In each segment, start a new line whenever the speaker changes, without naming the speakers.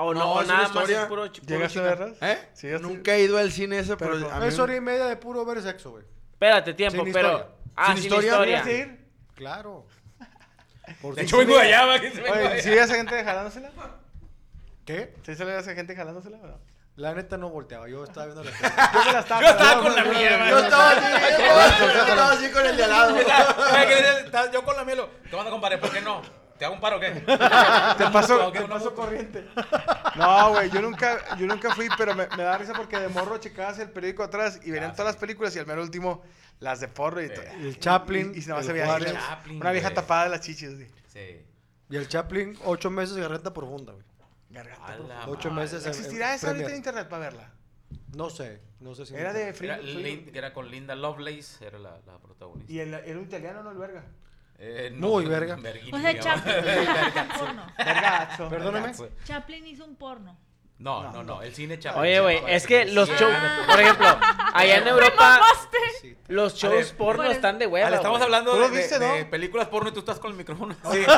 Ah, o no,
No,
o
es una
nada más
historia.
es puro, ch- puro
¿Llegaste
chica.
a verlas?
¿Eh?
Sí, ya sí.
Nunca he ido al cine ese, pero,
Pero-
a mí-
Es hora y media de puro ver sexo, güey.
Espérate, tiempo,
Sin
pero...
historia.
Ah, sin,
Sin
historia.
historia.
¿Quieres ir? Claro. Por
De
si
hecho, vengo de
sale-
allá, va, que se vengo de
Oye,
allá.
¿sí veías a gente jalándosela?
¿Qué?
¿Sí se veías a gente jalándosela o no?
La neta no volteaba, yo estaba viendo la
Yo me la estaba
Yo estaba con
no,
la
no,
mía,
no,
va.
yo estaba-
así, yo estaba así con el de al lado.
tele. Yo con la mielo. Tomando compadre, ¿por qué no? ¿Te hago un paro o qué?
Te paso,
Ok,
te
una
paso
moto.
corriente. No, güey, yo nunca, yo nunca fui, pero me, me da risa porque de morro checabas el periódico atrás y
Ah,
venían todas las películas y al menos último las de porro y todo.
El
Chaplin. Y, y se
el
veía
Juárez.
así,
Chaplin,
una vieja
güey.
tapada de las chichis. güey.
Sí.
Y el Chaplin, ocho meses de garganta profunda, güey.
Garganta.
A
por
la
favor.
Ocho
Ah, madre.
meses en,
¿Existirá
en
eso ahorita en
Premiere.
internet para verla?
No sé, no sé si...
Era de Free.
Era,
Free-
Lin- era con Linda Lovelace, era la, la protagonista.
Y el, era un italiano, no el verga.
Eh,
Muy verga.
verguísima.
O sea, Chaplin hizo un porno.
Vergazo.
Perdóname.
vergazo.
Chaplin hizo un porno.
No, no, no, el cine Chaplin.
Oye, güey,
Chaplin.
es que los
Sí,
shows... Por ejemplo, allá en Europa... Los shows porno
Fuera.
están de
Ale,
hueva,
estamos
güey.
hablando
¿Tú lo
de, de-
viste,
de
no?
películas porno y tú estás con el micrófono.
Pues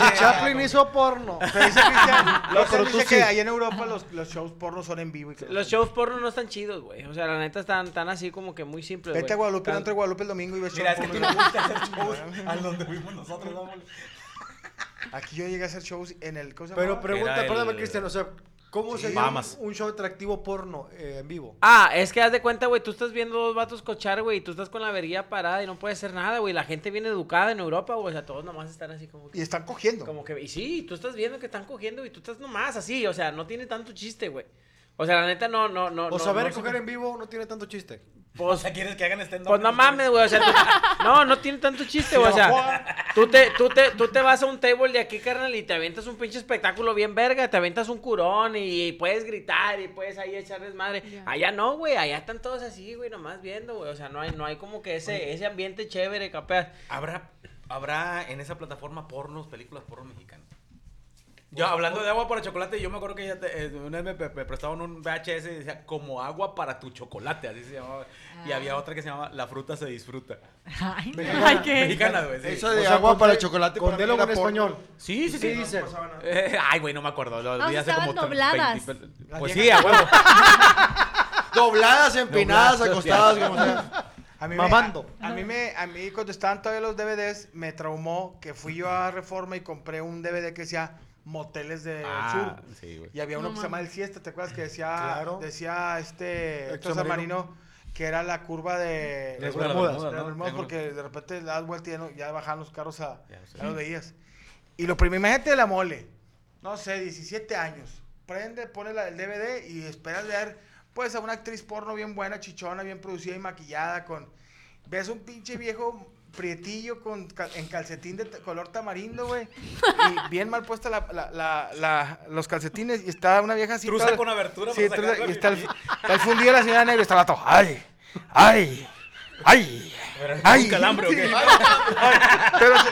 el Chaplin hizo porno.
Pero dice Cristian,
Loco,
Cristian
tú
dice
sí.
que allá en Europa los, los shows porno son en vivo. Y que
Los shows porno no están chidos, güey. O sea, la neta están tan así como que muy simples,
Vete a
güey.
Guadalupe, no entre Guadalupe el domingo y ve shows
Mira, es que tú
porno.
no gusta hacer shows a donde fuimos nosotros. ¿no?
Aquí yo llegué a hacer shows en el... ¿cómo se
Pero
llamaba?
pregunta,
Era el-
perdóname, Cristian, o sea, ¿cómo
Sí.
se llama
Mamas.
un, un show atractivo porno eh, en vivo?
Ah, es que haz de cuenta, güey, tú estás viendo dos vatos cochar, güey, y tú estás con la verguilla parada y no puede ser nada, güey. La gente viene educada en Europa, güey, o sea, todos nomás están así como que...
Y están cogiendo.
Como que, y sí, tú estás viendo que están cogiendo y tú estás nomás así, o sea, no tiene tanto chiste, güey. O sea, la neta no, no, no.
o
no,
saber
no se-
coger en vivo no tiene tanto chiste.
O
Pues,
sea, ¿quieres que hagan stand-up?
pues no mames, güey, o sea, tú- no, no tiene tanto chiste, güey, o sea, tú te, tú te, tú te vas a un table de aquí, carnal, y te avientas un pinche espectáculo bien verga, te avientas un curón y puedes gritar y puedes ahí echarles madre. Allá no, güey, allá están todos así, güey, nomás viendo, güey, o sea, no hay, no hay como que ese, ese ambiente chévere, capaz.
¿Habrá, habrá en esa plataforma pornos, películas porno mexicanas. Yo, hablando de agua para chocolate, yo me acuerdo que ya te- eh, una vez me, pre- me prestaban un VHS y decía, como agua para tu chocolate, así se llamaba. Y había otra que se llamaba La fruta se disfruta.
Ay, no.
Ay,
Mexicana, güey. sí.
Eso
O
de
sea,
agua para
el chocolate
Con
para mí
diálogo en
era porno.
español.
Sí, sí, sí.
¿Qué dice?
Eh, ay, güey, no me acuerdo. Lo
Ah, o sea,
olvidé hace
estaban
como tre-
dobladas.
20 pe- Pues sí, a huevo.
Dobladas,
empinadas, acostadas, como
sea.
A mí
Mamando.
Me, a, a mí me, a mí cuando estaban todavía los DVDs, me traumó que fui yo a Reforma y compré un DVD que decía Moteles del
Ah,
Sur.
sí, güey.
Y había uno que se llama El Siesta, ¿te acuerdas? Que decía,
Claro.
decía este Héctor San
Marino.
Marino que era la curva de...
Las
de
Bermudas,
de
¿no?
las Bermudas,
Las
porque de repente le das vuelta y ya, no- ya bajaban los carros a...
Ya, sí.
Ya los veías. Y lo primero, imagínate de la mole. No sé, 17 años. Prende, pone la, el DVD y esperas ver, pues, a una actriz porno bien buena, chichona, bien producida y maquillada. con Ves un pinche viejo prietillo con, cal- en calcetín de t- color tamarindo, güey. Y bien mal puesta la, la- la- la- los calcetines. Y está una vieja así.
Truza
toda-
con abertura
Sí,
para
truza,
sacarla
y está el,
y-
está el fundido de la señora negra y está el vato. ¡Ay! ¡Ay! ¡Ay!
Ay, calambre, ¿o qué?
Pero se,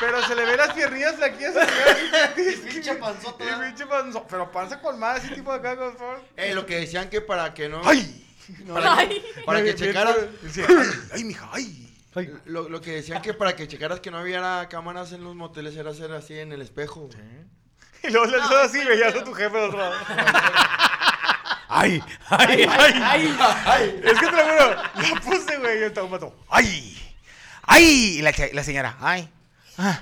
pero se le ve las piernillas de aquí a ese señor.
Pinche panzota.
Y pinche panzo- Pero panza con más, ese tipo de acá, por favor.
Eh, lo que decían que para que no.
¡Ay!
Para, para que
Bien, bien,
checaras.
sí. ¡Ay, mija! ¡Ay!
Lo, lo que decían que para que checaras que no había cámaras en los moteles era hacer así en el espejo.
Y luego le haces así, veías a tu jefe de otro lado. ¡Ay! ¡Ay! ¡Ay! Es que te lo juro, la puse, güey, y el tabaco mató. ¡Ay! ¡Ay! Y la, cha- la señora, ¡ay! Ah,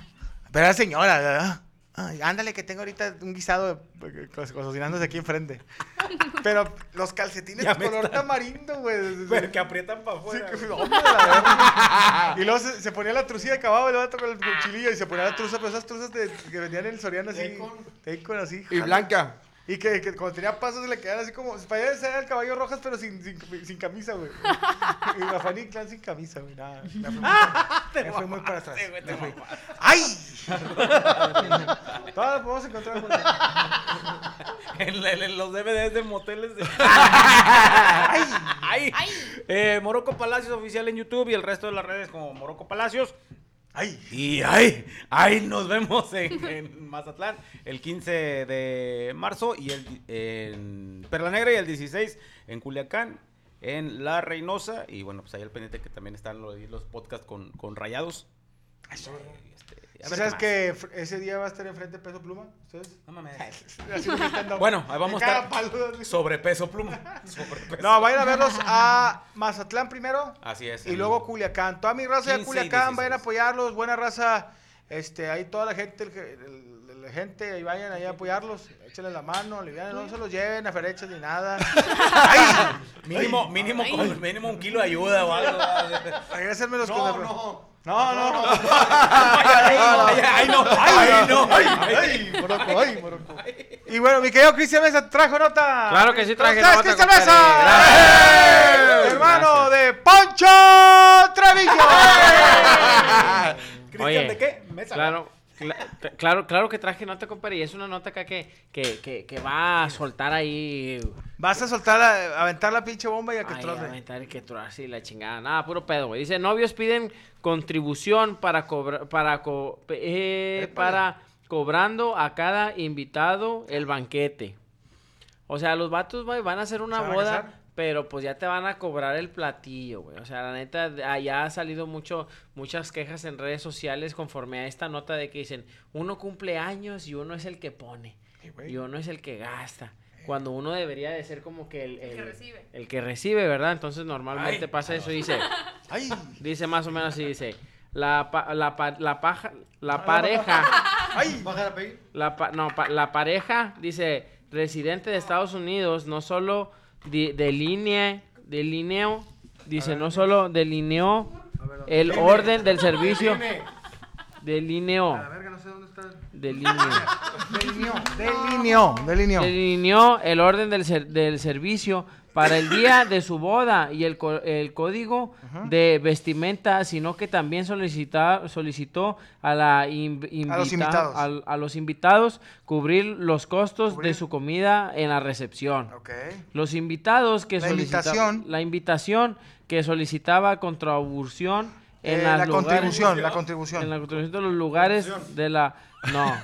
pero la señora, ¿verdad? Ay, ándale, que tengo ahorita un guisado de- de- co- cocinándose aquí enfrente. Pero los calcetines
Ya me
color
están-
tamarindo, güey.
Pero que aprietan para
Sí,
afuera.
que- hombre, la verdad. y luego se, se ponía la trucilla de caballo, el vato con el cuchilillo y se ponía la truza, pero esas truzas de- que vendían en el Soriano así.
Tecon.
Tecon, así.
Y
jala.
Blanca.
Y que, que cuando tenía pasos se le quedaban así como. Para allá era el caballo rojas, pero sin, sin, sin camisa, güey. y la Fanny Clan sin camisa, güey. Nada. Me fue, muy- me fue muy para atrás. Me fui. ¡Ay! Todas las podemos encontrar juntas.
En, la- en los DVDs de moteles de. ¡Ay! Eh, Morocco Palacios oficial en YouTube y el resto de las redes como Morocco Palacios.
¡Ay!
Y ay, ay, nos vemos en, en Mazatlán el 15 de marzo y el di- en Perla Negra y el 16 en Culiacán, en La Reynosa. Y bueno, pues ahí al pendiente que también están los, los podcasts con, con rayados. Este, a ver
¿Sabes que
qué
fr- ese día va a estar enfrente peso pluma? ¿Ustedes?
más. No mames.
Así como stand-up.
Bueno, ahí vamos a
Cada
estar.
palo, así.
Sobrepeso, pluma. Sobrepeso.
No, vayan a verlos a "Ah, Mazatlán primero.
Así es.
Y
el-
luego Culiacán. Toda mi raza
15
de
y
Culiacán, vayan a
16.
apoyarlos. Buena raza. Este, ahí toda la gente, el- el- la gente, ahí vayan ahí a apoyarlos. Échenle la mano, alivianen, no se los lleven a ferechas ni nada.
Mínimo, mínimo, con- mínimo un kilo de ayuda o algo.
Regrésenmelos con
No,
el-
no.
No, no, no.
Ay, no, ay, no.
¡Ay, Morocco! ¡Ay, Morocco!
Y bueno, mi querido Cristian Mesa trajo nota.
Claro que sí traje
¿Cómo estás,
nota,
Cristian
compadre?
Mesa?
Gracias.
Hermano
Gracias.
de Poncho Trevillo.
Cristian, ¿de qué? Mesa.
Claro, cla- tra- claro, claro que traje nota, compadre, y es una nota acá que, que, que, que va a soltar ahí.
Vas a soltar, la- aventar la pinche bomba y a que
Ay,
troce.
aventar que troce y la chingada. Nada, puro pedo, güey. Dice, novios piden contribución para cobrar, para, co- pe- eh, para cobrando a cada invitado el banquete. O sea, los vatos, güey, van a hacer una
¿Se van a
boda,
casar?
pero pues ya te van a cobrar el platillo, güey. O sea, la neta, de- ah, ya ha salido mucho, muchas quejas en redes sociales conforme a esta nota de que dicen, uno cumple años y uno es el que pone. Y uno es el que gasta. Cuando uno debería de ser como que el, el-
que recibe.
el que recibe, ¿verdad? Entonces normalmente
Ay,
pasa eso y dice,
Ay.
dice más o menos así, dice, la, pa- la, pa- la paja, la pareja.
Ay.
Baja la peli.
La, pa- no, pa- la pareja, dice, residente de Estados Unidos, no solo di- delinea, delineó, dice, no solo delineó el orden del servicio. Delineó. Delineó.
Delineó, delineó, delineó.
Delineó el orden del, ser- del servicio para el día de su boda y el, co- el código de vestimenta, sino que también solicita- solicitó a, la inv-
A los
invita-
invitados.
al- a los invitados cubrir los costos
Cubrir.
de su comida en la recepción.
Ok.
Los invitados que
La
solicita-
invitación.
la invitación que solicitaba contribución en
Eh,
las
la
lugares-
contribución, la contribución.
en la contribución de los lugares de la no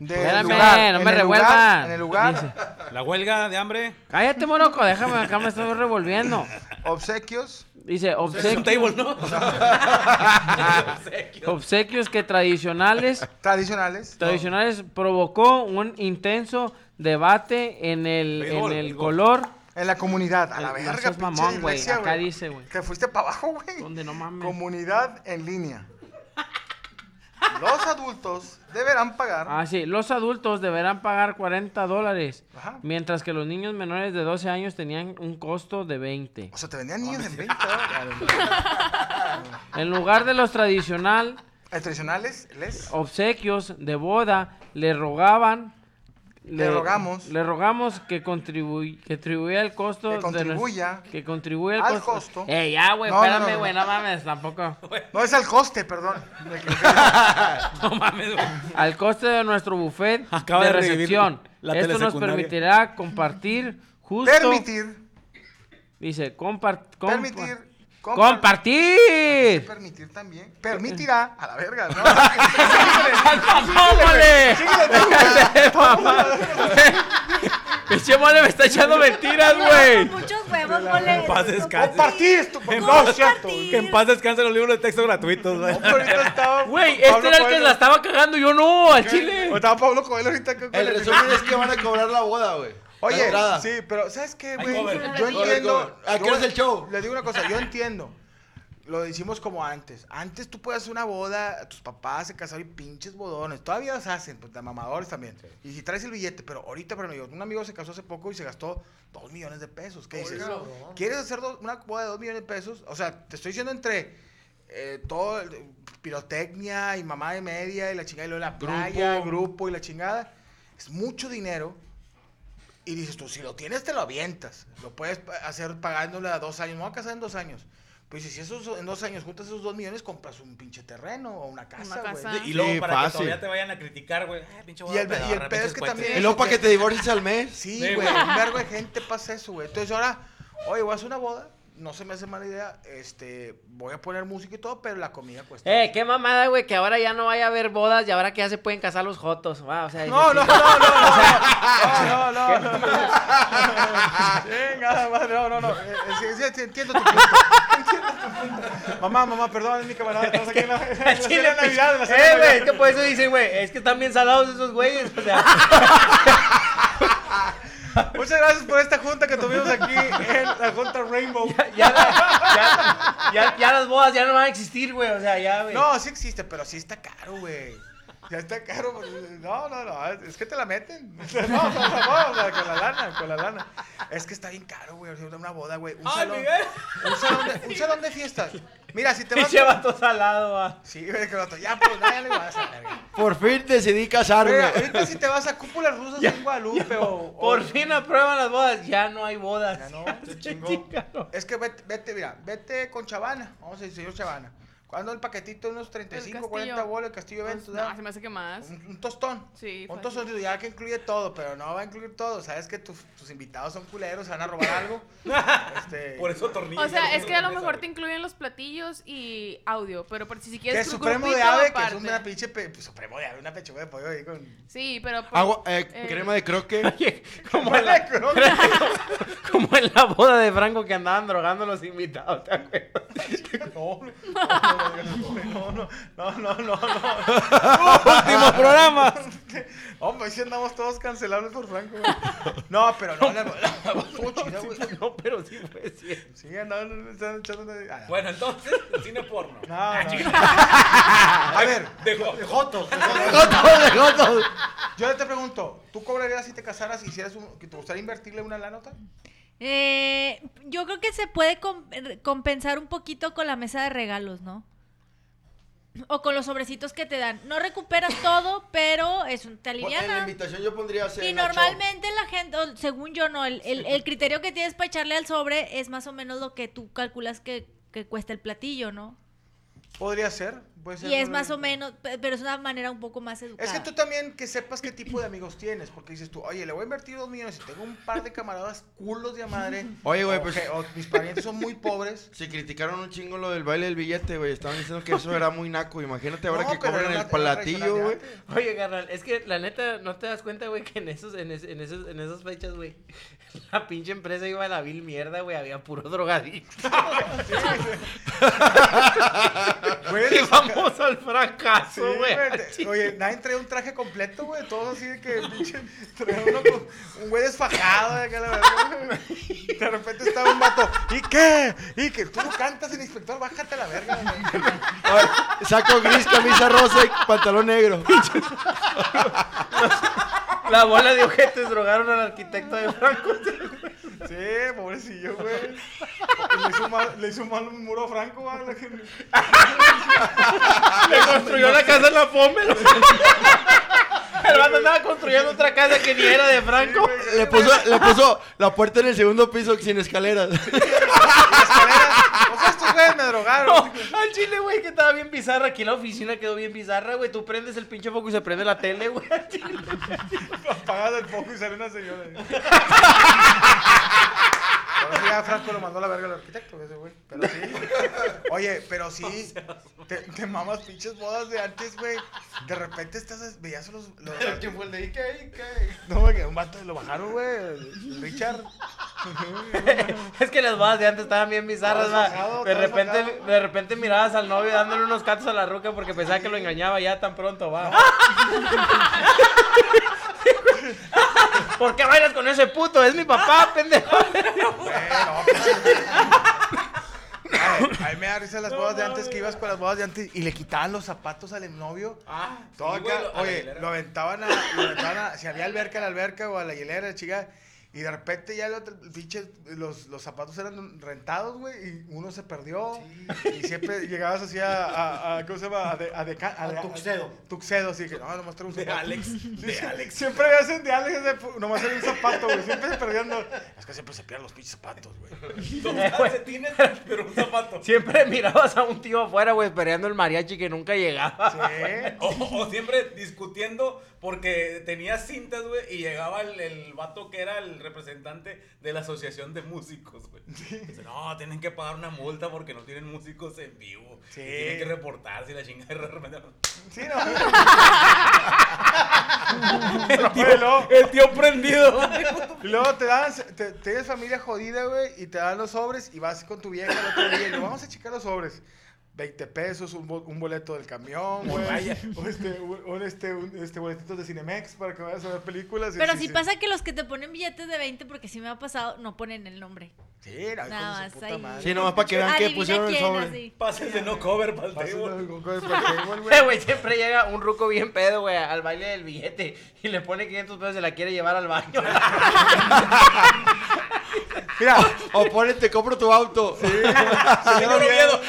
Del
Espérame, no
en
me
el
revuelvan.
lugar, en el lugar,
Dice.
La huelga de hambre.
Cállate, moroco, déjame acá, me estoy revolviendo.
obsequios.
Dice,
Es un
obsequios,
table, ¿no?
obsequios que tradicionales,
tradicionales.
tradicionales provocó un intenso debate en el, en
Béisbol,
el
béisbol.
color.
En la comunidad, a la
No
verga,
seas
pinche
mamón, güey,
dislexia,
acá dice, güey.
Que fuiste para abajo, güey.
¿Dónde? No mames.
Comunidad en línea. Los adultos deberán pagar.
Ah, sí, los adultos deberán pagar 40 dólares,
Ajá.
mientras que los niños menores de 12 años tenían un costo de 20.
O sea, te vendían niños en 20 dólares.
En lugar de los tradicional,
Eh, Tradicionales, les.
Oh. obsequios de boda le rogaban
Le rogamos.
le rogamos que contribuya que contribuya el costo
Que
de nues-
contribuya
que contribuya el
al
costo,
costo.
Eh, ya güey
No, no,
espérame
no,
güey no, mames tampoco
No, es al coste, perdón. Me equivoqué.
No mames, güey.
al coste de nuestro buffet
Acaba
de,
de revivir
recepción
la
esto nos
telesecundaria.
permitirá compartir justo
Permitir,
dice compar- compa-
permitir
¡Compartir!
Permitir también. Permitirá a la verga. ¿no? Síguele, síguele,
¡Mole!
síguele, tú.
Pinche mole me está echando mentiras, güey.
Muchos huevos, mole.
paz descanse.
Compartir esto. No, es
Compartir.
cierto.
Que en paz descansen los libros de texto gratuitos, güey.
Hombre, ahorita estaba
Güey,
Pablo
este era el que
Coelho.
la estaba cagando, yo no, al chile.
O Estaba Pablo Coelho ahorita que-
El resumen es que van a cobrar la boda, güey. La
Oye,
entrada.
sí, pero ¿sabes qué, güey?
cover.
Yo
Hay
entiendo.
cover. ¿A qué
yo-
hora es el show?
Les digo una cosa, yo entiendo. Lo hicimos como antes. Antes tú podías hacer una boda, tus papás se casaron y pinches bodones. Todavía los hacen, pues de mamadores también. Y si traes el billete, pero ahorita, pero yo, un amigo se casó hace poco y se gastó dos millones de pesos. ¿Qué dices? ¿Quieres hacer dos- una boda de dos millones de pesos? O sea, te estoy diciendo entre eh, todo, el- pirotecnia y mamá de media y la chingada y luego la playa, grupo y la chingada. Es mucho dinero y dices tú, si lo tienes, te lo avientas. Lo puedes pa- hacer pagándole a dos años. Me voy a casar en dos años. Pues si esos, en dos años juntas esos dos millones, compras un pinche terreno o una casa,
Una casa.
güey.
Y luego
Sí,
para
fácil.
que todavía te vayan a criticar, güey. Ah, pinche boda
Y el- y el
pedorra,
pedo es
pinches
que
cohetes.
también-
Y luego para que te divorcies al mes.
Sí,
Sí,
güey.
güey.
Un vergo de gente pasa eso, güey. Entonces ahora, oye, voy a hacer una boda. No se me hace mala idea. Este, voy a poner música y todo, pero la comida cuesta.
Eh, qué mamada, güey, que ahora ya no vaya a haber bodas y ahora que ya se pueden casar los jotos. va, o sea,
No,
es
no, no,
así.
no, no, no, no, no, no. Venga, madre, no, no, no. Eh, eh, sí, sí, sí, entiendo tu punto. Entiendo tu punto. Mamá, mamá, perdón, es mi camarada. Estamos aquí en la, en la
Chile,
cena de Navidad. en la
pinche-
cena de
eh, güey, es
Navidad.
que por eso dicen, güey, es que están bien salados esos güeyes. O sea,
Muchas gracias por esta junta que tuvimos aquí en la Junta Rainbow.
ya, la- ya- ya- ya las bodas ya no van a existir, güey. O sea, ya, güey.
No, sí existe, pero sí está caro, güey. Ya está caro. pues, No, no, no. es- Es que te la meten. No, no, no, no, o sea, con la lana, con la lana. Es que está bien caro, güey. o sea, Una boda, güey. Un,
Ay,
salón,
Miguel.
un salón de, un salón de fiestas. Mira, si te vas.
Pinche vato salado, va.
Sí, güey, que el vato, Ya, pues, nada, ya le vas a hacer.
Por fin decidí
Mira,
casarme.
ahorita si te vas a cúpulas rusas en Guadalupe o.
Por
o-
fin aprueban las bodas. Ya no hay bodas.
Ya no, se chingó.
no.
Es que vete, vete, mira, vete con Chavana. Vamos a decir, señor Chavana. ¿Cuándo el paquetito de unos 35, 40
castillo.
bolas, el castillo de
Pues,
eventos?
no,
¿verdad?
se me hace que más.
Un, un tostón.
Sí,
Un
fácil.
tostón, digo, ya que incluye todo, pero no va a incluir todo. Sabes que tus, tus invitados son culeros, van a robar algo. este,
Por eso tornillos.
O sea, es que a lo
Mesa,
mejor te
güey.
incluyen los platillos y audio, pero por, si
que
quieres
es
un
supremo de
grupito
ave, que
aparte.
es una pinche. pe- pues, supremo de ave, una pechuga de pollo ahí con.
Sí, pero por-
Agua, eh,
eh,
crema de croque.
Como en, la,
Creo-
como en la boda de Franco que andaban drogando a los invitados, ¿te acuerdas?
No, no, no, no, no, no, no.
Último programa.
Hombre, si andamos todos cancelables por Franco, güey. No, pero no, la, la, estuvo chida, güey.
No, pero sí fue cierto.
Sí, andaban estaban echando. ah, no.
Bueno, entonces, el cine porno.
No, no. A ver,
Dejo.
Jotos.
Jotos, de jotos.
Yo te pregunto, ¿tú cobrarías si te casaras y hicieras un, que te gustaría invertirle una lana a otra?
Eh, yo creo que se puede com- eh, compensar un poquito con la mesa de regalos, ¿no? O con los sobrecitos que te dan. No recuperas todo, pero es un, te
En la
aliviana.
invitación yo pondría cena.
Y normalmente la gente, o según yo no, el, el- el criterio que tienes para echarle al sobre es más o menos lo que tú calculas que, que cuesta el platillo, ¿no?
Podría ser. puede ser
Y es
una-
más o menos, pe- pero es una manera un poco más educada.
Es que tú también que sepas qué tipo de amigos tienes, porque dices tú, oye, le voy a invertir dos millones y tengo un par de camaradas culos de a madre.
Oye, güey,
o
pues-
que- o mis parientes son muy pobres.
Se criticaron un chingo lo del baile del billete, güey. Estaban diciendo que eso era muy naco. Imagínate ahora
No,
que
pero
cobran
era
el
una-
platillo,
era
güey.
tradicional
Oye, carnal, es que la neta, ¿no te das cuenta, güey, que en esos, en, es- en esos, en esas fechas, güey, la pinche empresa iba a la vil mierda, güey, había puro drogadicto.
de arte. Güey,
Y
les-
vamos al
sí,
fracaso, güey.
güey, te- Oye, nadie trae un traje completo, güey. Todos así de que pinche. Trae uno con un güey desfajado. De, acá, la verga, güey. de repente estaba un vato. ¿Y qué? ¿Y qué? Tú no cantas, el inspector. Bájate a la verga, güey.
A ver, Saco gris, camisa rosa y pantalón negro.
La bola de ojetes drogaron al arquitecto de Franco.
Sí, pobrecillo, güey. Le hizo mal, le hizo mal un muro a franco, güey. la gente.
Le construyó la casa en la Pommel. El vato andaba construyendo otra casa que ni era de Franco.
Le puso, le puso la puerta en el segundo piso sin escaleras.
Las escaleras. O sea, estos güeyes me
No,
drogaron.
al chile, güey, que estaba bien bizarra. Aquí la oficina quedó bien bizarra, güey. Tú prendes el pinche foco y se prende la tele, güey. al chile.
Apagado el foco y sale una señora. Por eso ya Franco lo mandó a la verga al arquitecto, ese güey. Pero sí. Oye, pero sí. Te, te mamas pinches bodas de antes, güey. De repente estás. Veías los. los
¿Quién fue el de Ike? Ike?
no, güey, que un vato lo bajaron, güey. el Richard.
Es que las bodas de antes estaban bien bizarras,
Estabas
¿va?
enojado,
De
estabas
repente,
enojado.
de repente mirabas al novio dándole unos catos a la ruca porque pensaba que lo engañaba ya tan pronto, va. ¿Por qué bailas con ese puto? Es mi papá, pendejo.
Güey, no, pues. Ay, A mí me da risa las bodas de antes que ibas con las bodas de antes y le quitaban los zapatos al novio.
Ah,
Todo
sí, güey,
acá,
lo- a la
oye,
hilera.
lo aventaban, a, lo aventaban a- si había alberca, a la alberca o a la hielera, chica, y de repente ya el otro- el pinche, los, los zapatos eran rentados, güey, y uno se perdió, y siempre llegabas así a, a, a- ¿cómo se llama? A, de, a, Deca- a-
A
a-
Tuxedo.
Tuxedo, así que, no, nomás traigo un
De
zapato.
Alex, de Alex.
Siempre había ese de Alex, de fu- nomás era un zapato, güey, siempre se perdían, los- es que siempre se pierden los pinches zapatos, güey.
Dos calcetines, pero un zapato.
Siempre mirabas a un tío afuera, güey, esperando el mariachi que nunca llegaba.
Sí.
O, o siempre discutiendo porque tenía cintas, güey, y llegaba el, el vato que era el representante de la asociación de músicos, güey. Dice, no, tienen que pagar una multa porque no tienen músicos en vivo.
Sí.
Y tienen que reportarse y la chingada de repente.
Sí, no. el tío,
El tío prendido. güey.
Y luego te dan, te, tienes familia jodida, güey, y te dan los sobres y vas con tu vieja el otro día y le vamos a checar los sobres. 20 pesos, un, bo- un boleto del camión, güey. O este, un, un este, un- este boletito de Cinemex para que vayas a ver películas. y
Pero
así,
si
sí.
pasa que los que te ponen billetes de veinte, porque si me ha pasado, no ponen el nombre.
Sí, no,
Nada
con
más
su puta
ahí.
madre.
Sí, nomás para que vean que
Adivina
pusieron el
quién,
sobre.
así.
Pases de no cover para el
Pásalo
table.
con cosas para el table, güey.
Eh, güey, siempre llega un ruco bien pedo, güey, al baile del billete y le pone 500 pesos y se la quiere llevar al baño.
Mira,
O ponete, te compro tu auto.
Señor Oviedo.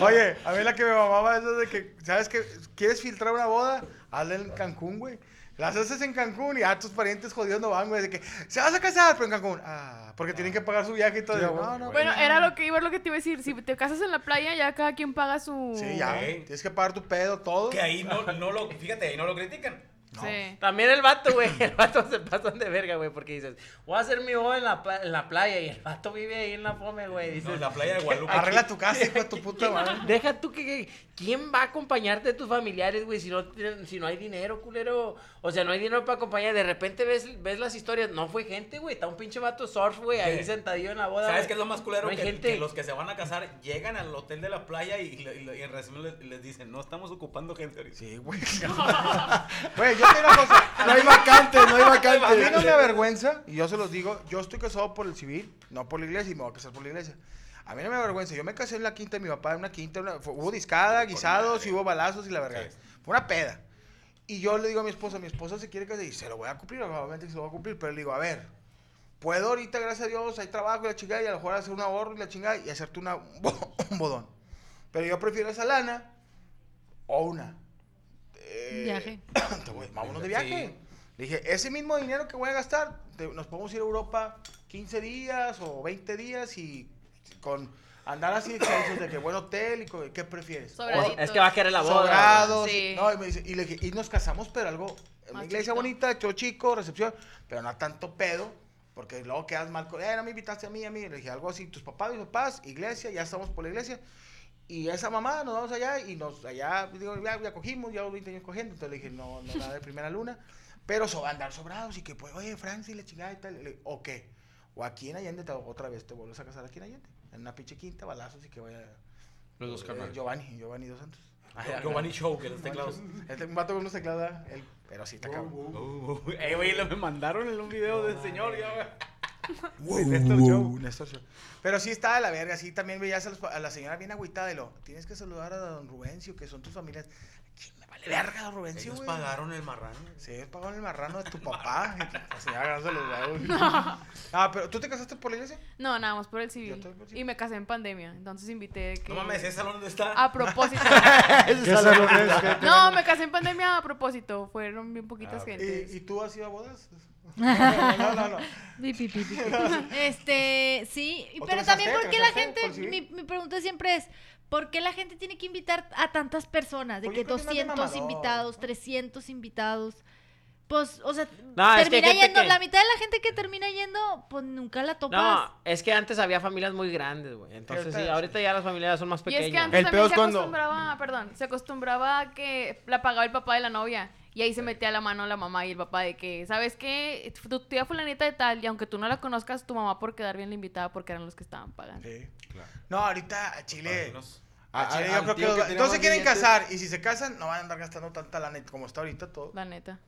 Oye, a mí la que me mamaba es la de que, ¿sabes qué? ¿Quieres filtrar una boda? Hazla en Cancún, güey. Las haces en Cancún y a tus parientes jodidos no van, güey. De que, ¿se vas a casar? Pero en Cancún. Ah, porque tienen que pagar su viaje y todo. no, no,
Bueno,
pues,
era lo que iba, lo que te iba a decir. Si te casas en la playa, ya cada quien paga su.
Sí, ya.
Ok.
Tienes que pagar tu pedo, todo.
Que ahí no, no lo, fíjate, ahí no lo critican.
Sí.
También el vato, güey. El vato se pasan de verga, güey, porque dices, voy a hacer mi boda en la, pla- en la playa y el vato vive ahí en la fome, güey. Dices,
No, en la playa de Guadalupe.
Arregla tu casa, hijo de tu puta madre.
Deja tú que, que- ¿Quién va a acompañarte de tus familiares, güey? Si no, tienen- si no hay dinero, culero. O sea, no hay dinero para acompañar. De repente ves, ves las historias. No fue gente, güey. Está un pinche vato surf, güey, ahí
Sí.
sentadillo en la boda.
¿Sabes
güey.
qué es lo más culero?
No hay
que,
gente.
que los que se van a casar llegan al hotel de la playa y, le- y le- y en resumen les, les dicen, no estamos ocupando gente ahorita.
Sí, güey. Güey, yo te digo una cosa.
No hay vacantes, no hay
A mí no me
vacantes.
avergüenza, y yo se los digo, yo estoy casado por el civil, no por la iglesia, y me voy a casar por la iglesia. A mí no me avergüenza, yo me casé en la quinta de mi papá, en una quinta, una- fue- hubo discada, guisados, y hubo balazos y la verga.
Sí.
Fue una peda. Y yo le digo a mi esposa, mi esposa se quiere casar, y se lo voy a cumplir, obviamente se lo voy a cumplir, pero le digo, a ver, puedo ahorita, gracias a Dios, hay trabajo y la chingada, y a lo mejor hacer un ahorro y la chingada, y hacerte una, un bodón. Pero yo prefiero esa lana o una. Eh,
Viaje.
te voy- vámonos de viaje.
Sí.
Le dije, ese mismo dinero que voy a gastar, te- nos podemos ir a Europa 15 días o 20 días y con andar así excesos de que buen hotel y co- qué prefieres.
Sobradito.
Es que va a querer la boda. güey.
Sobrados.
Sí.
No, y, me dice- y le dije, y nos casamos, pero algo, en una
Más
iglesia
chiquito.
bonita, cho chico, recepción, pero no tanto pedo. Porque luego quedas mal con, eh, no me invitaste a mí, a mí. Le dije algo así, tus papás, mis papás, iglesia, ya estamos por la iglesia. Y esa mamá, nos vamos allá y nos allá, digo, ya, ya cogimos, ya 20 años cogiendo. Entonces le dije, no, no, nada de primera luna. Pero so, andar sobrados y que, pues, oye, Francis, la chingada y tal. Le- ¿O qué? O aquí en Allende, te- otra vez te vuelves a casar aquí en Allende. En una pinche quinta, balazos y que vaya.
Los dos
eh,
carnales.
Giovanni, Giovanni dos Santos.
Giovanni Show, que los teclados.
Este, un vato con unos teclados, ¿verdad? él, pero sí está cabrón.
Uh, uh, eh, güey, lo me mandaron en un video del señor. ya, güey.
Sí, Néstor Show, Néstor Show. Pero sí está de la verga, sí también veías a, los- a la señora bien agüitada de lo. Tienes que saludar a don Rubencio, que son tus familias. ¿Quién me vale verga, don Rubencio?
Ellos
güey?
pagaron el marrano.
Sí, ellos pagaron el marrano de tu papá. La señora agarrándose los huevos. Ah, pero ¿tú te casaste por la iglesia?
No, nada más por el
Yo
civil.
también por el civil.
Y me casé en pandemia. Entonces invité. Que...
No mames, ese salón donde está.
A propósito.
Ese salón es-
no, me casé en pandemia a propósito. Fueron bien poquitas
Ah, ok.
gentes.
¿Y, y tú has ido a bodas? No, no, no.
Pi, pi, pi, pi, pi. Este, sí, y-
¿O te
pero
casaste?
también
¿Te
porque la
casaste?
gente,
¿Por civil?
mi, mi pregunta siempre es, ¿por qué la gente tiene que invitar a tantas personas? De
Pues
que
yo creo que más de
200
mamador.
invitados, 300 invitados. Pues, o sea,
No, es que hay
termina
gente
yendo,
que-
la mitad de la gente que termina yendo, pues nunca la topas.
No, es que antes había familias muy grandes, güey. Entonces, sí,
ahorita-
ahorita ya las familias son más
Y
pequeñas.
es que antes
El peor
también
es
se
cuando-
acostumbraba, perdón, se acostumbraba a que la pagaba el papá de la novia. Y ahí se metía la mano la mamá y el papá de que, ¿sabes qué? Tu tía fulanita de tal, y aunque tú no la conozcas, tu mamá por quedar bien la invitada porque eran los que estaban pagando.
Sí.
Claro.
No, ahorita a Chile.
Padrinos.
a
A-
Chile
a-
yo
al
creo que
tío
los-
que tenía
entonces
más
quieren
billetes.
casar y si se casan no van a andar gastando tanta lana y como está ahorita todo.
La neta.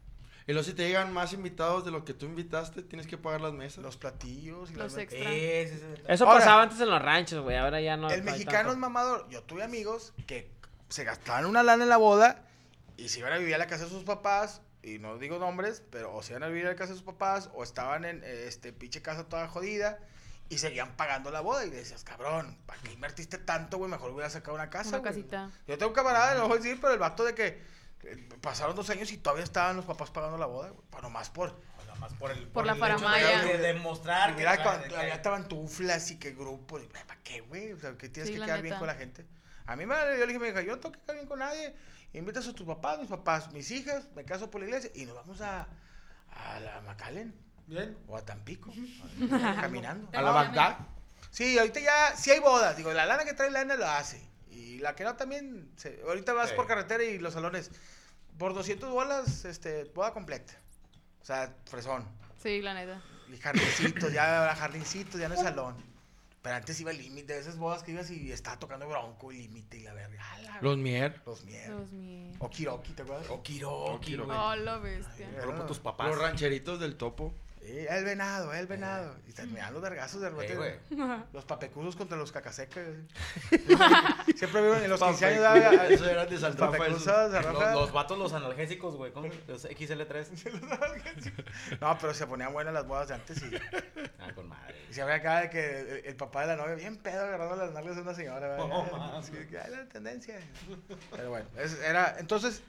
Y luego si te llegan más invitados de lo que tú invitaste, tienes que pagar las mesas.
Los platillos y
Los
las-
extra.
Ese es el detalle.
Eso
Ahora-
pasaba antes en los ranchos, güey. Ahora ya no.
El
hay
mexicano es
tanto.
mamador. Yo tuve amigos que se gastaban una lana en la boda y se iban a vivir a la casa de sus papás. Y no digo nombres, pero o se iban a vivir a la casa de sus papás o estaban en eh, este pinche casa toda jodida y seguían pagando la boda. Y decías, cabrón, ¿para qué invertiste tanto, güey? Mejor hubiera sacado una casa.
Una
güey".
casita.
Yo tengo un camarada, no lo voy a decir, pero el vato de que eh, pasaron dos años y todavía estaban los papás pagando la boda, güey. Pero más por.
Nada más por el-
la
el hecho de-
faramaya.
De demostrar que-
Mira,
que-
cuando,
que-
había tarantuflas y qué grupo. y, ¿Para qué, güey? O sea, que tienes
Sí,
que
la
quedar bien
neta.
con la gente. A mí me vale, yo le dije, me yo no tengo que quedar bien con nadie. Invitas a tus papás, mis papás, mis hijas, me caso por la iglesia y nos vamos a, a la Macalen
Bien.
o a Tampico, a- caminando.
A la Bagdad.
Sí, ahorita ya, sí hay bodas. Digo, la lana que trae lana lo hace. Y la que no también, se- ahorita vas
Sí.
por carretera y los salones. Por 200 bolas, este, boda completa. O sea, fresón.
Sí, la neta.
Y jardincitos, ya ahora jardincitos, ya no es salón. Pero antes iba el límite, esas bodas que ibas y estaba tocando bronco y límite y la verga. ¡Ala!
Los mier.
Los miedos.
Dios mío.
O Kiroki, ¿te acuerdas?
O Kiroki, güey.
Oh, la bestia.
Grupo tus papás.
Los rancheritos del topo.
Eh, el venado, el venado. Y terminaban los vergazos de repente.
Eh, güey.
los papecusos contra los cacasecas. Siempre vieron en los 15 años. daba-
Eso era de
Los
Saldafa.
papecusos,
eso.
de
Los,
Rafa.
los vatos, los analgésicos, güey. ¿Cómo? Los XL3.
No, pero se ponían buenas las bodas de antes y,
ah, con madre.
y se había acá de que el, el papá de la novia, bien pedo, agarrando las nalgas de una señora. ¿verdad?
No, mames.
Sí, que, "Ay, la tendencia. Pero bueno, es- era, entonces,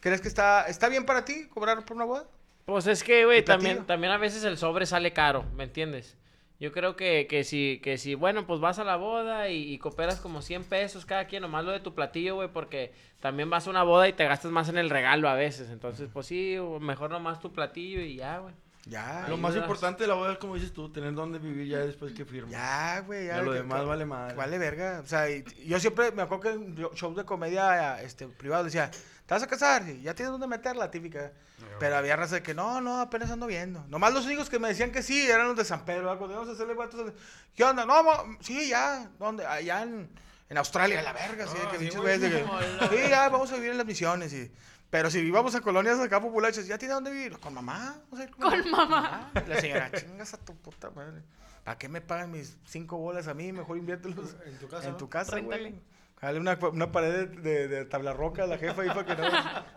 ¿crees que está, está bien para ti cobrar por una boda?
Pues es que, güey, también,
Equitativo.
también a veces el sobre sale caro, ¿me entiendes? Yo creo que, que si, que si, bueno, pues vas a la boda y, y cooperas como 100 pesos cada quien, nomás lo de tu platillo, güey, porque también vas a una boda y te gastas más en el regalo a veces. Entonces, pues sí, o mejor nomás tu platillo y ya, güey.
Ya,
Lo
Ahí
más
dudas.
importante de la boda es, como dices tú, tener dónde vivir ya después que firmas.
ya, güey. Ya,
Ya lo
que-
demás
que-
vale madre.
Vale verga. O sea, y- y yo siempre me acuerdo que en yo- shows de comedia este, privado decía, ¿te vas a casar? Y ya tienes dónde meter la típica. Pero había raza de que no, no, apenas ando viendo. Nomás los únicos que me decían que sí eran los de San Pedro. ¿verdad? Cuando íbamos a hacerle guatos, ¿qué onda? No, mo- sí, ya. ¿Dónde? Allá en, en Australia, la verga. así de
Ah,
que
sí,
pinches
güey.
güeyes de que, sí, ya, vamos a vivir en las misiones. Y, pero si íbamos a colonias acá populares, ¿ya tiene dónde vivir? Con mamá. vamos a ir
Con mamá.
Ah, y La señora, chingas a tu puta madre. ¿Para qué me pagan mis cinco bolas a mí? Mejor inviértelos
En tu casa,
En
¿no?
tu casa, güey.
Réntale.
Jale una, una pared de, de, de tabla roca a la jefa ahí para que no,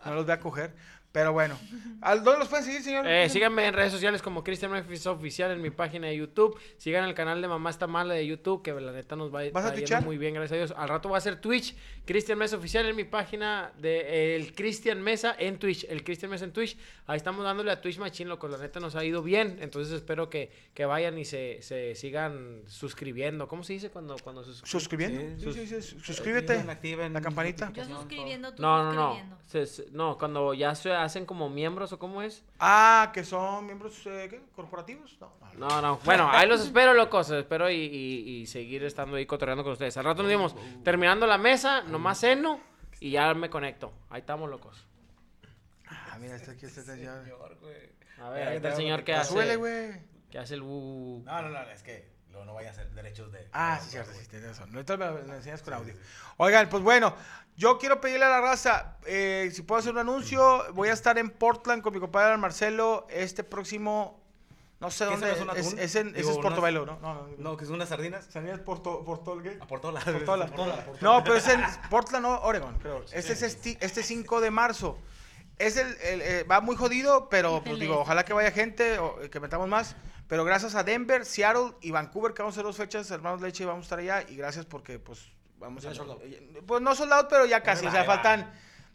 no los vea coger. Pero bueno. ¿Al, ¿Dónde los pueden seguir, señor?
Eh, síganme en redes sociales como Christian Memphis Oficial en mi página de YouTube. Sigan el canal de Mamá Está Mala de YouTube, que la neta nos va,
¿Vas a
está yendo
twitchar?
muy bien, gracias a Dios. Al rato va a ser Twitch, Christian Mesa Oficial en mi página de eh, El Christian Mesa en Twitch. El Christian Mesa en Twitch. Ahí estamos dándole a Twitch Machine, loco. La neta nos ha ido bien. Entonces espero que, que vayan y se, se sigan suscribiendo. ¿Cómo se dice cuando, cuando sus- eh,
¿Suscribiendo?
Sí,
Sí, sí, sí, sus-
Activen,
Suscríbete.
activen.
La campanita.
Yo suscribiendo, tú
No, no,
suscribiendo.
no. Se- se- no, cuando ya se hacen como miembros o cómo es.
Ah, que son miembros eh, ¿qué? corporativos. No, no.
No, no. Bueno, ahí los espero, locos. Espero y, y- y seguir estando ahí cotorreando con ustedes. Al rato nos vemos terminando la mesa, nomás seno y ya me conecto. Ahí estamos, locos.
Ah, mira, está aquí, está, está ya.
A ver, ahí está el señor que
Súbele,
hace,
güey.
que hace el bu-
No, no, no, es que luego no vaya a ser derechos de.
Ah, sí, cierto, sí, tienes razón. Ahorita me lo- me lo enseñas con audio. Oigan, pues bueno, yo quiero pedirle a la raza, eh, si puedo hacer un anuncio, voy a estar en Portland con mi compadre Marcelo este próximo, no sé
¿Qué
dónde,
se me suena
es,
atún?
es en- ese
Digo,
es Portobelo, ¿no?
unas-
No, no,
No, que son unas sardinas.
Salinas Porto, Portolgate.
A por todas las.
Portola.
por todas las-
No, pero es en Portland, o- Oregon, creo. Este es esti- este 5 de marzo. Es el, el, eh, va muy jodido, pero pues digo, ojalá que vaya gente, o, eh, que metamos más. Pero gracias a Denver, Seattle y Vancouver, que vamos a hacer dos fechas, hermanos Leche, vamos a estar allá. Y gracias porque, pues, vamos a...
Ya sold out.
eh, Pues no sold out, pero ya casi.
va,
o sea,
ahí va.
faltan,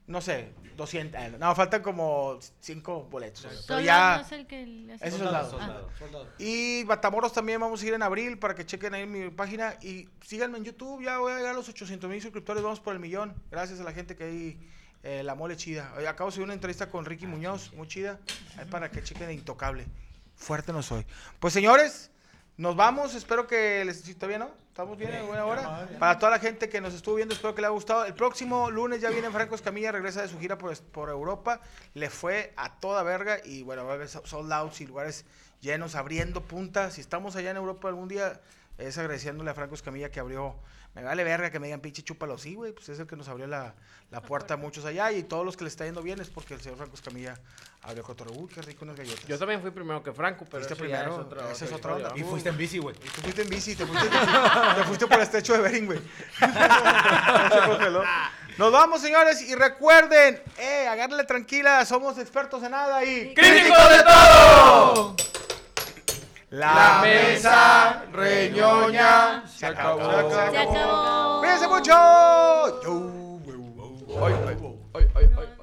no sé, 200. eh, No, faltan como 5 boletos. Pero
Soldado
ya...
no es el que le hace- Ah.
Ese es
Soldado,
soldado.
soldado, soldado.
Y Matamoros también vamos a ir en abril para que chequen ahí mi página. Y síganme en YouTube, ya voy a llegar a los 800 mil suscriptores, vamos por el millón. Gracias a la gente que ahí Eh, la mole chida. Oye, Acabo de subir una entrevista con
Ah,
Ricky Muñoz, muy chida. Ahí para que chequen de Intocable. Fuerte no soy. Pues señores, nos vamos. Espero que les... ¿sí, ¿Está bien, no? ¿Estamos bien en buena hora? Para toda la gente que nos estuvo viendo, espero que le haya gustado. El próximo lunes ya viene Franco Escamilla, regresa de su gira por, por Europa. Le fue a toda verga y bueno, va a haber sold outs y lugares llenos, abriendo puntas. Si estamos allá en Europa algún día, es agradeciéndole a Franco Escamilla que abrió. Me vale verga que me digan pinche chúpalo, sí, güey. Pues es el que nos abrió la, la puerta a muchos allá y todos los que le está yendo bien es porque el señor Franco Escamilla abrió Cotorro. Uy, qué rico unas galletas.
Yo también fui primero que Franco, pero
Fuiste
eso ya
primero,
es otra,
esa es otra
historia.
onda.
Y fuiste en bici, güey.
Y tú fuiste en bici, te fuiste, te fuiste por el estrecho de Bering, güey. Se congeló. Nos vamos, señores, y recuerden, eh, agárrenle tranquila, somos expertos en nada y...
¡Críticos de todo!
La
mesa reñoña
se acabó.
Se acabó.
Cuídense mucho. Chau.
Ay, ay, ay, ay, ay.